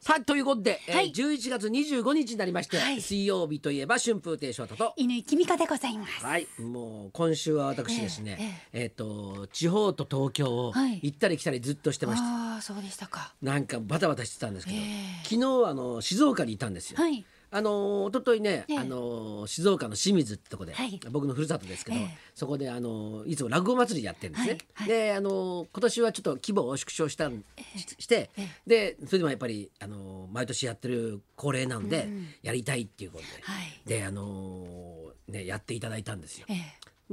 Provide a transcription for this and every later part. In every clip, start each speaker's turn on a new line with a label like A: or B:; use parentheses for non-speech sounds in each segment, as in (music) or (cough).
A: さあということで、えー
B: はい
A: 11月25日になりまして、
B: はい
A: 水曜日といえば春風亭昇太と。
B: 犬井君香でございます。
A: はい、もう今週は私ですね、えっ、と地方と東京を
B: はい
A: 行ったり来たりずっとしてました。
B: ああ、そうでしたか。
A: なんかバタバタしてたんですけど、
B: ええ
A: 昨日あの静岡にいたんですよ。
B: はい。
A: あの一昨日ね、
B: ええ
A: あの静岡の清水ってとこで、
B: はい
A: 僕の故郷ですけど、
B: ええ
A: そこであのいつも落語祭りやってるんですね。
B: はいはい
A: であの今年はちょっと規模を縮小したんしして、
B: え
A: でそれでもやっぱりあの毎年やってる恒例なんで、
B: うん
A: やりたいっていうこと
B: はい。
A: で、であのねやっていただいたんですよ。
B: ええ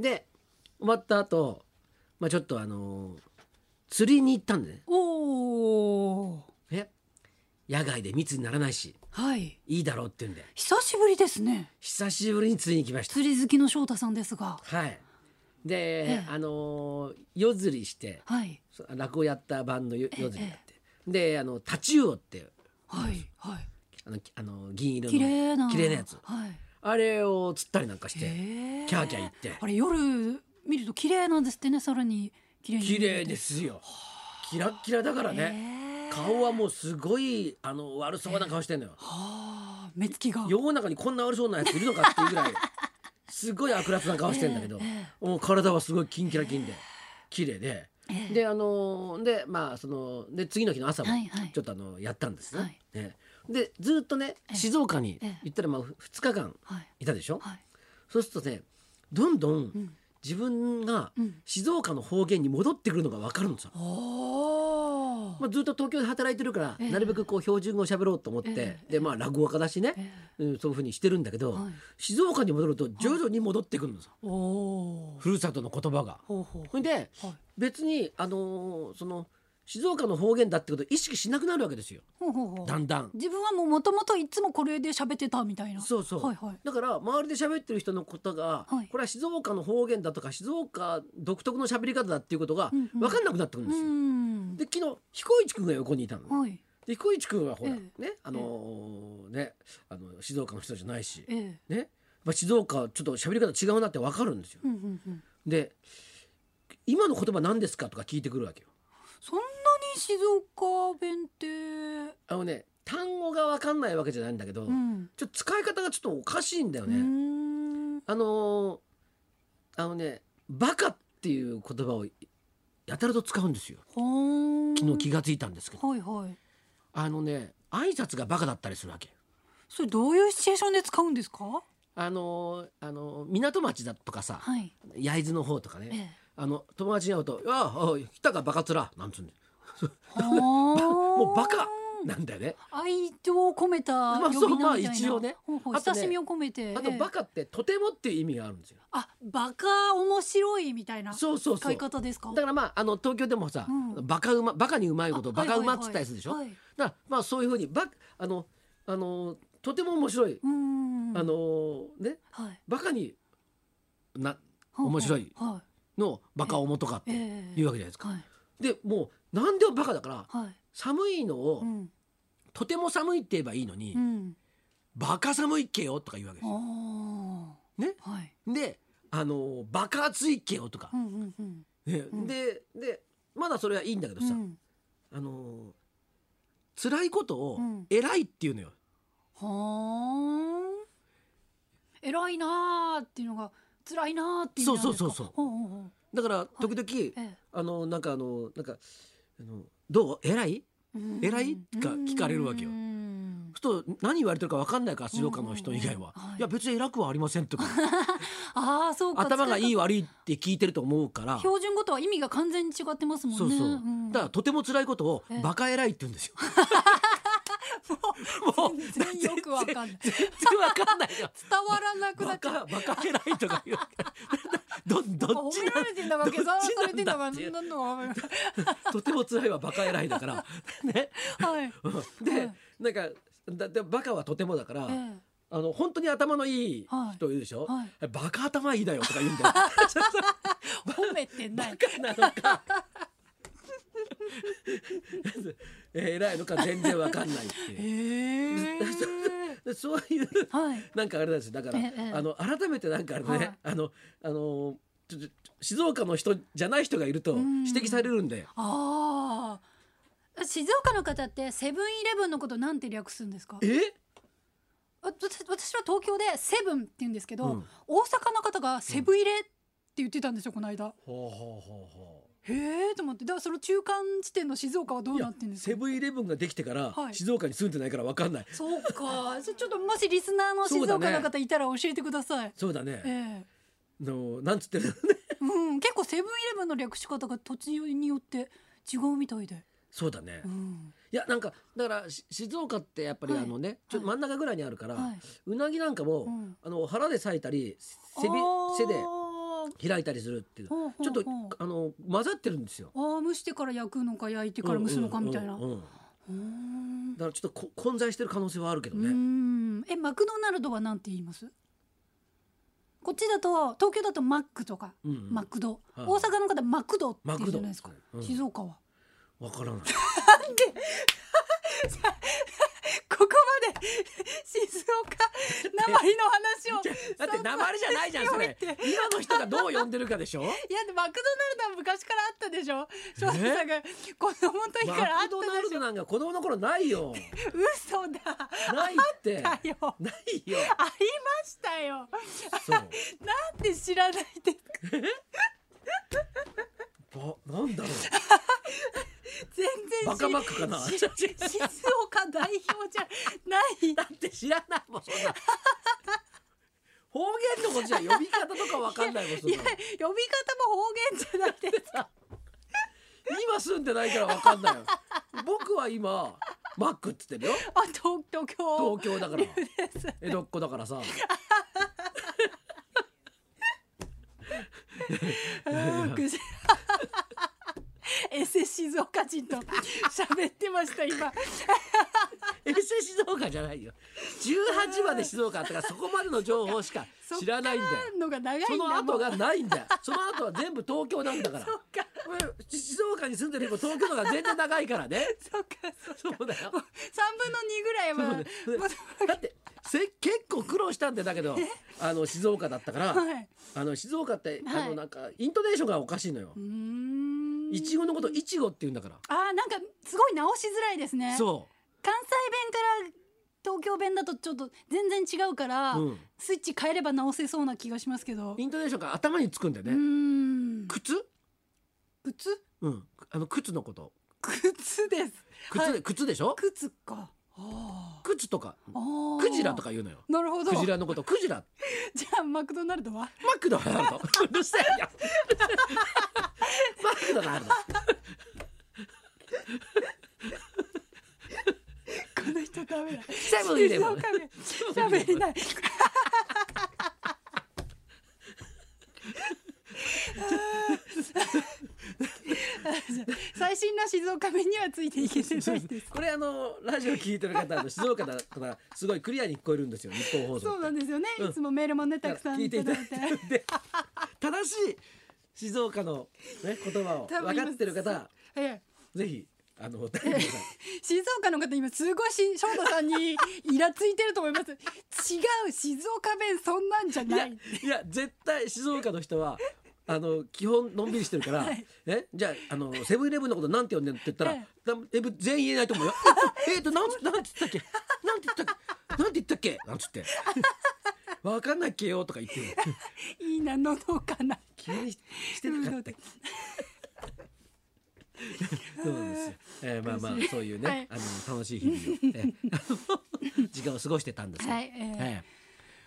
A: で終わった後、まあちょっとあの釣りに行ったんでね。
B: おお。
A: え野外で密にならないし
B: はい。
A: いいだろうって言うんで
B: 久しぶりですね。
A: 久しぶりに釣りに来ました
B: 釣り好きの翔太さんですが。
A: はいで、
B: ええ
A: あのー夜釣りして
B: はい。
A: そ落語やった晩のよ
B: ええ
A: 夜釣りやって、であのタチウオって
B: はい。はい。
A: あのきあの銀色の
B: 綺麗な。
A: 綺麗なやつ
B: はい。
A: あれを釣ったりなんかして、
B: ええ
A: キャーキャー言って
B: あれ夜見ると綺麗なんですってね。さらに綺麗に見
A: 綺
B: えて。
A: 麗ですよキラッキラだからね、
B: ええ
A: 顔はもうすごいあの悪そうな顔してんのよ、
B: はあ、目つきが。
A: 世の中にこんな悪そうなやついるのかっていうぐら
B: (laughs)
A: いすごい悪辣な顔してんだけど、
B: ええ
A: もう体はすごいキンキラキンで綺麗で、
B: ええ
A: であのーでまあそので次の日の朝も
B: はいはい
A: ちょっとあのやったんですね。
B: はい
A: ねでずっとね
B: ええ
A: 静岡に
B: ええ
A: 行ったらまあ2日間
B: はい。
A: いたでしょ、
B: はい。
A: そうするとねどんど
B: うんん
A: 自分が
B: うん。
A: 静岡の方言に戻ってくるのが分かるんですよ。
B: おお。
A: まあ、ずっと東京で働いてるから、
B: ええ
A: なるべくこう標準語を喋ろうと思って、
B: ええ
A: でまあ落語家だしね、
B: え
A: うん、そういうふうにしてるんだけど、
B: えはい。
A: 静岡に戻ると徐々に戻ってくるんですよ、
B: おお。
A: ふるさとの言葉が。
B: ほうほう
A: ほんで
B: はい。
A: 別にあのーその静岡の方言だってことを意識しなくなるわけですよ
B: ほうほうほう
A: だんだん。
B: 自分はもうもともといつもこれで喋ってたみたいな
A: そうそう、
B: はいはい
A: だから周りで喋ってる人のことが、
B: はい
A: これは静岡の方言だとか静岡独特の喋り方だっていうことが
B: うんうん
A: 分かんなくなってくるん
B: う
A: ですよ。
B: ん
A: で昨日彦一君が横にいたの、
B: はい
A: で彦一君はほら、
B: え
A: ねあのーねあの静岡の人じゃないし、
B: ええ
A: ねまあ、静岡ちょっと喋り方違うなって分かるんですよ。
B: うんうんうん
A: で今の言葉何ですかとか聞いてくるわけよ。
B: そんなに静岡弁って
A: あのね単語が分かんないわけじゃないんだけど、
B: うん
A: ちょっと使い方がちょっとおかしいんだよ
B: う
A: ね。
B: ん
A: あのーあのね「バカ」っていう言葉をやたらと使うんですよ
B: ほーん
A: 昨日気がついたんですけど
B: はいはい
A: あのね挨拶がバカだったりするわけ
B: それどういうシチュエーションで使うんですか
A: あのーあのー港町だとかさ
B: はい
A: 焼津の方とか
B: え
A: ね
B: え
A: あの友達に会うと「ああおい来たかバカつら」なんつうんでも (laughs)
B: も
A: うバカなんだよね
B: 愛情を込め
A: ま
B: た呼
A: あ
B: び
A: そう
B: 名みたい
A: まあ
B: な
A: 一応ね
B: ほうほう
A: あとね
B: 親しみを込めて
A: あと
B: え
A: 「
B: え
A: バカ」ってとてもっていう意味があるんですよ
B: あバカ面白いみたいな
A: そうそうそ
B: 使
A: う
B: い方ですか
A: だからまああの東京でもさ
B: うん
A: バカうまバカにうまいことを
B: あ
A: バカうまっ
B: は
A: つ
B: いは
A: っ
B: い
A: た
B: はい
A: りするでしょ
B: はい
A: だからまあそういうふうにバあのあのとても面白い、
B: うん
A: あのね
B: はい
A: バカにな面白い
B: は
A: のバカ面とかって
B: ええ
A: いうわけじゃないですか。
B: はい
A: でもう何でもバカだから
B: はい
A: 寒いのを、
B: うん
A: とても寒いって言えばいいのに、
B: うん
A: バカ寒いっけよとか言うわけですよ。
B: あ
A: ね、
B: あはい
A: であのバカ暑いっけよとか
B: う、んうんうん
A: ね
B: ん
A: ででまだそれはいいんだけど
B: う
A: さ、
B: ん
A: あの辛いことを
B: うん
A: 偉いって言うのよ。
B: はあ偉いなーっていうのが辛いなーっていう意味なんですか
A: そうそうそうそう
B: ほうほうほう
A: だから時々、
B: え
A: あのなんかあのなんかあのどう偉い
B: えうん
A: 偉いか聞かれるわけよ
B: うん
A: そうすると何言われてるか分かんないから静岡の人以外は、
B: うんうんうんはい
A: い、や別に偉くはありません
B: (laughs)
A: とか
B: ああそうか
A: 頭がい
B: い
A: い悪いって聞いてると思うから
B: 標準語とは意味が完全に違ってますもんね
A: そうそう、
B: ん
A: だからとても辛いことを
B: ええ
A: バカ偉いって言うんです
B: (laughs)
A: よもう
B: 全然よくわかんない
A: 全然分かんないよ
B: 伝わらなくな
A: バ
B: っちゃう
A: カバカ偉いとか言う (laughs) どどっち
B: 褒め
A: な
B: られてんだかけざらされてんだか
A: どっち
B: なんのか分かんない
A: んとても辛いはバカ偉いだから
B: (laughs)
A: ね
B: はい
A: うんで、
B: はい
A: なんかだでバカはとてもだから、
B: ええ
A: あの本当に頭のいい人いるでしょ、
B: はい
A: バカ頭いいだよとか言うんだよ
B: 褒めて (laughs) な
A: バ
B: い。
A: カなのか (laughs) えらいのか全然わかんないっていう
B: え
A: でそういう
B: はい。
A: なんかあれなんですよだから、
B: ええ
A: あの改めてなんかあれね、
B: はい
A: あのあのちょちょ静岡の人じゃない人がいると
B: うん
A: 指摘されるんで
B: ああ。あ静岡の方ってセブンイレブンのことなんて略すんですか
A: え
B: あ私私は東京でセブンって言うんですけど、
A: うん
B: 大阪の方がセブン入れって言ってたんですよこの間
A: ほうほうほうほ
B: へえと思ってだからその中間地点の静岡はど
A: う
B: う
A: い
B: な
A: や
B: ってんです
A: セ
B: か
A: ブンイレブンができてから
B: はい
A: 静岡に住んでないから分かんない
B: そうか (laughs) それちょっともしリスナーの静
A: そうだ
B: 岡
A: ね
B: の方いたら教えてください、
A: そうだね
B: え
A: の (laughs) なんつってる
B: えうん、結構セブンイレブンの略し方が土地によって違うみたいで、
A: そうだね
B: うん、
A: いやなんかだからし静岡ってやっぱり
B: はい
A: あのねちょっと
B: は
A: 真ん中ぐらいにあるから
B: はいう
A: なぎなんかも
B: うん
A: あの腹で裂いたり背び背で開いたりするっていうち
B: ほうほうほう
A: ょっとあの混ざってるんですよ
B: あー蒸してから焼くのか焼いてから蒸すのかみたいな
A: うんうんうんうん
B: うん
A: だからちょっとこ混在してる可能性はあるけど
B: うー
A: ね
B: んえマクドナルドはなんて言いますこっちだと東京だとマックとか、
A: うんうん
B: マクド、
A: はい
B: 大阪の方マクドって
A: マ
B: 言う
A: ク
B: じ
A: ド
B: ゃないですか、
A: うん
B: 静岡は
A: わからない
B: ここまで静岡鉛の話を
A: (laughs) だって鉛じゃないじゃん
B: そ
A: そ
B: んな
A: れ今の人がどう呼んでるかでし (laughs) ょ
B: いやマクドナルドは昔からあったでしょ翔太さんが子供の時
A: マ
B: からあっ
A: クドナ
B: た
A: ル
B: でし
A: ド
B: ょ
A: なんか子供の頃ない (laughs) よ
B: 嘘だ
A: ないって
B: だよあり
A: ないよ
B: ましたよ
A: そう
B: なんで知らないで
A: ばなんだろう
B: 全然
A: バ
B: 知
A: カ
B: ら
A: バックかな
B: し静岡代表じゃない
A: だって知らないもんそんな方言のことじゃ呼び方とかわかんないもんそん
B: い
A: な
B: や呼び方も方言じゃなくて
A: 今住んでないからわかんないよ僕は今マックって言ってるよ
B: あ東東京
A: 東京だ (laughs) から江戸っ子だからさ
B: うんくじエセ静岡人と喋ってました今
A: エセ静岡じゃないよ18まで静岡あったからそこまでの情報しか知らないんだよ
B: のが長いんだ
A: その後
B: もう
A: がないんだよその後は全部東京なんだから
B: そっか
A: うん静岡に住んでるよりも東京の方が全然長いからね
B: そっかそう
A: そうだよ
B: 三分の二ぐらいは
A: そうね
B: もう
A: だってせ結構苦労したんでだけどあの静岡だったから、
B: はい
A: あの静岡って、
B: はい
A: あのなんかイントネーションがおかしいのよ
B: うー。ん
A: いちごのこといちごって言うんだから。
B: あーなんかすごい直しづらいですね
A: そ
B: 関西弁から東京弁だとちょっと全然違うから、
A: う、うん、
B: スイッチ変えれば直せそうな気がしますけど、
A: イントネーションが頭につくんだよ
B: う
A: ね。
B: ーん
A: 靴、
B: 靴
A: うん、あの靴のこと。
B: 靴です
A: 靴、
B: は
A: 靴でしょ
B: 靴かあ
A: 靴とか、
B: ー
A: クジラとか言うのよ。
B: なるほど
A: クジラのこと、クジラ、
B: じゃあマクドナルドは
A: マクドナルド。うるせえよ。マクドナルド。
B: この人ダメだ
A: セブンイレブン
B: 静岡弁喋れないあーじゃあ最新な静岡弁にはついていけてないです
A: これあのラジオ聞いてる方あの静岡だからすごいクリアに聞こえるんですよ日本放送って
B: そうなんですよね、
A: うん
B: いつもメールもねたくさん
A: 聞
B: い
A: いて
B: た
A: いた
B: だ
A: だ
B: い
A: いて
B: て
A: るんで正しい静岡の、
B: (laughs)
A: ね、言葉を
B: 多分
A: 分
B: 今
A: かってる方
B: ええ
A: ぜひあのお便りください
B: 静岡の方今すごいし翔太さんにイラついてると思います違う静岡弁そんなんじゃ
A: い
B: な
A: や
B: い
A: いや絶対静岡の人はあの基本のんびりしてるから、えじゃああのセブンイレブンのことなんて呼んでんのって言ったら、
B: え
A: だえぶ全員言えないと思うよ。えっとえっとなんなんて言ったっけなんて言ったっけなんて言ったっけなんつって分かんないっけよとか言ってる
B: いいなのどかな
A: 気にししてなかったっけそうなんですよ。えー、まあまあ
B: 嬉しい
A: そういうね、
B: はい
A: あの楽しい日々を、えーあの時間を過ごしてたんですよ。
B: はいえー
A: えー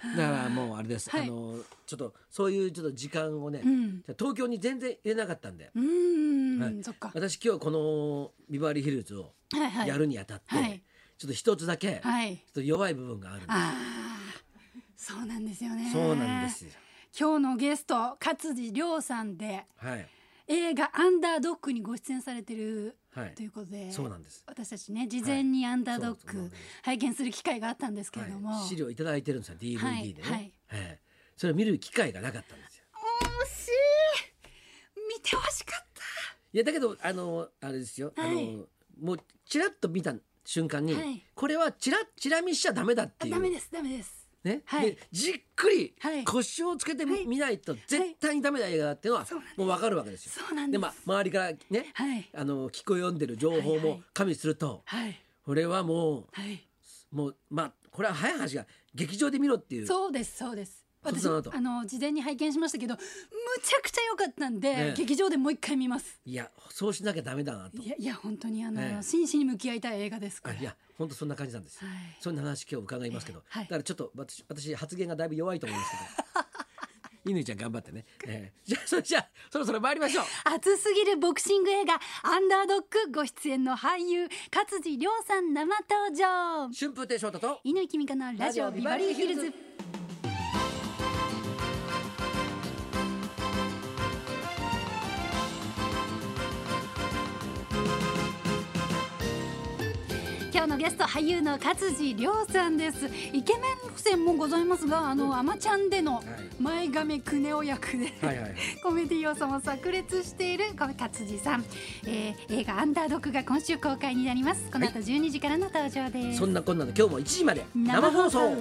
A: だからもうあれです。
B: はい
A: あのちょっとそういうちょっと時間をね、
B: うん
A: じゃあ東京に全然入れなかったんで、
B: うーん、
A: はい
B: そっか
A: 私今日このビバリーヒルズを
B: はいはい
A: やるにあたって、
B: はい
A: ちょっと一つだけ、ちょ
B: はい
A: っと弱い部分があるんで
B: あーそうなんですよね
A: そうなんですよ。
B: 今日のゲスト勝地涼さんで
A: はい
B: 映画アンダードックにご出演されてる
A: はい
B: ということで、
A: そうなんです。
B: 私たちね事前にアンダードッ
A: そうそう
B: ク拝見する機会があったんですけれども、
A: はい、資料いただいてるんですよ DVD でね、
B: はいはい
A: ええそれを見る機会がなかったんですよ
B: 惜しい見てほしかっ
A: いやだけどあのあれですよ、
B: はい
A: あのもうチラッと見た瞬間に、
B: はい
A: これはチラッチラ見しちゃダメだって
B: た
A: いう
B: ダメですダメです
A: ね、
B: はい
A: でじっくり
B: はい
A: 腰をつけて
B: はい
A: み見ないと絶対にダメな映画だっていうのは
B: そうなんです
A: もうわかるわけですよ。
B: そうなん
A: で
B: で。
A: すまあ周りからね
B: はい。
A: あの聞こえ読んでる情報
B: はいは
A: も
B: い
A: 加味すると、
B: はい。
A: これはも
B: はい。
A: うもうまあこれは早い話が劇場で見ろっていう
B: そうです。そうです。
A: 突
B: 私
A: 然
B: あ
A: だと
B: の事前に拝見しましたけどむちゃくちゃ良かったんで、
A: ええ
B: 劇場でもう一回見ます
A: いやそうしなきゃダメだなと
B: いやいや本当にあの、
A: ええ
B: 真摯に向き合いたい映画ですか
A: あ
B: ら
A: いや本当そんな感じなんです。
B: はい
A: そんな話今日伺いますけど、
B: ええはい
A: だからちょっと私私発言がだいぶ弱いと思います
B: (laughs)
A: けど乾ちゃん頑張ってね、ええじゃあそれじゃあそろそろ参りましょう
B: 熱すぎるボクシング映画アンダードッグご出演の俳優勝地涼さん生登場
A: 春風亭昇太と
B: 犬木美香のラジオビバリーヒルズ今日のゲスト俳優の勝地涼さんですイケメン線もございますがあの、アマちゃんでの前髪クネオ役で、
A: はいはいはい
B: (laughs) コメディ要素も炸裂しているこの勝地さん、えー映画「アンダードッグ」が今週公開になりますこの後12時からの登場です、
A: そんなこんなで今日も1時まで生
B: 生
A: 放
B: 放
A: 送
B: 送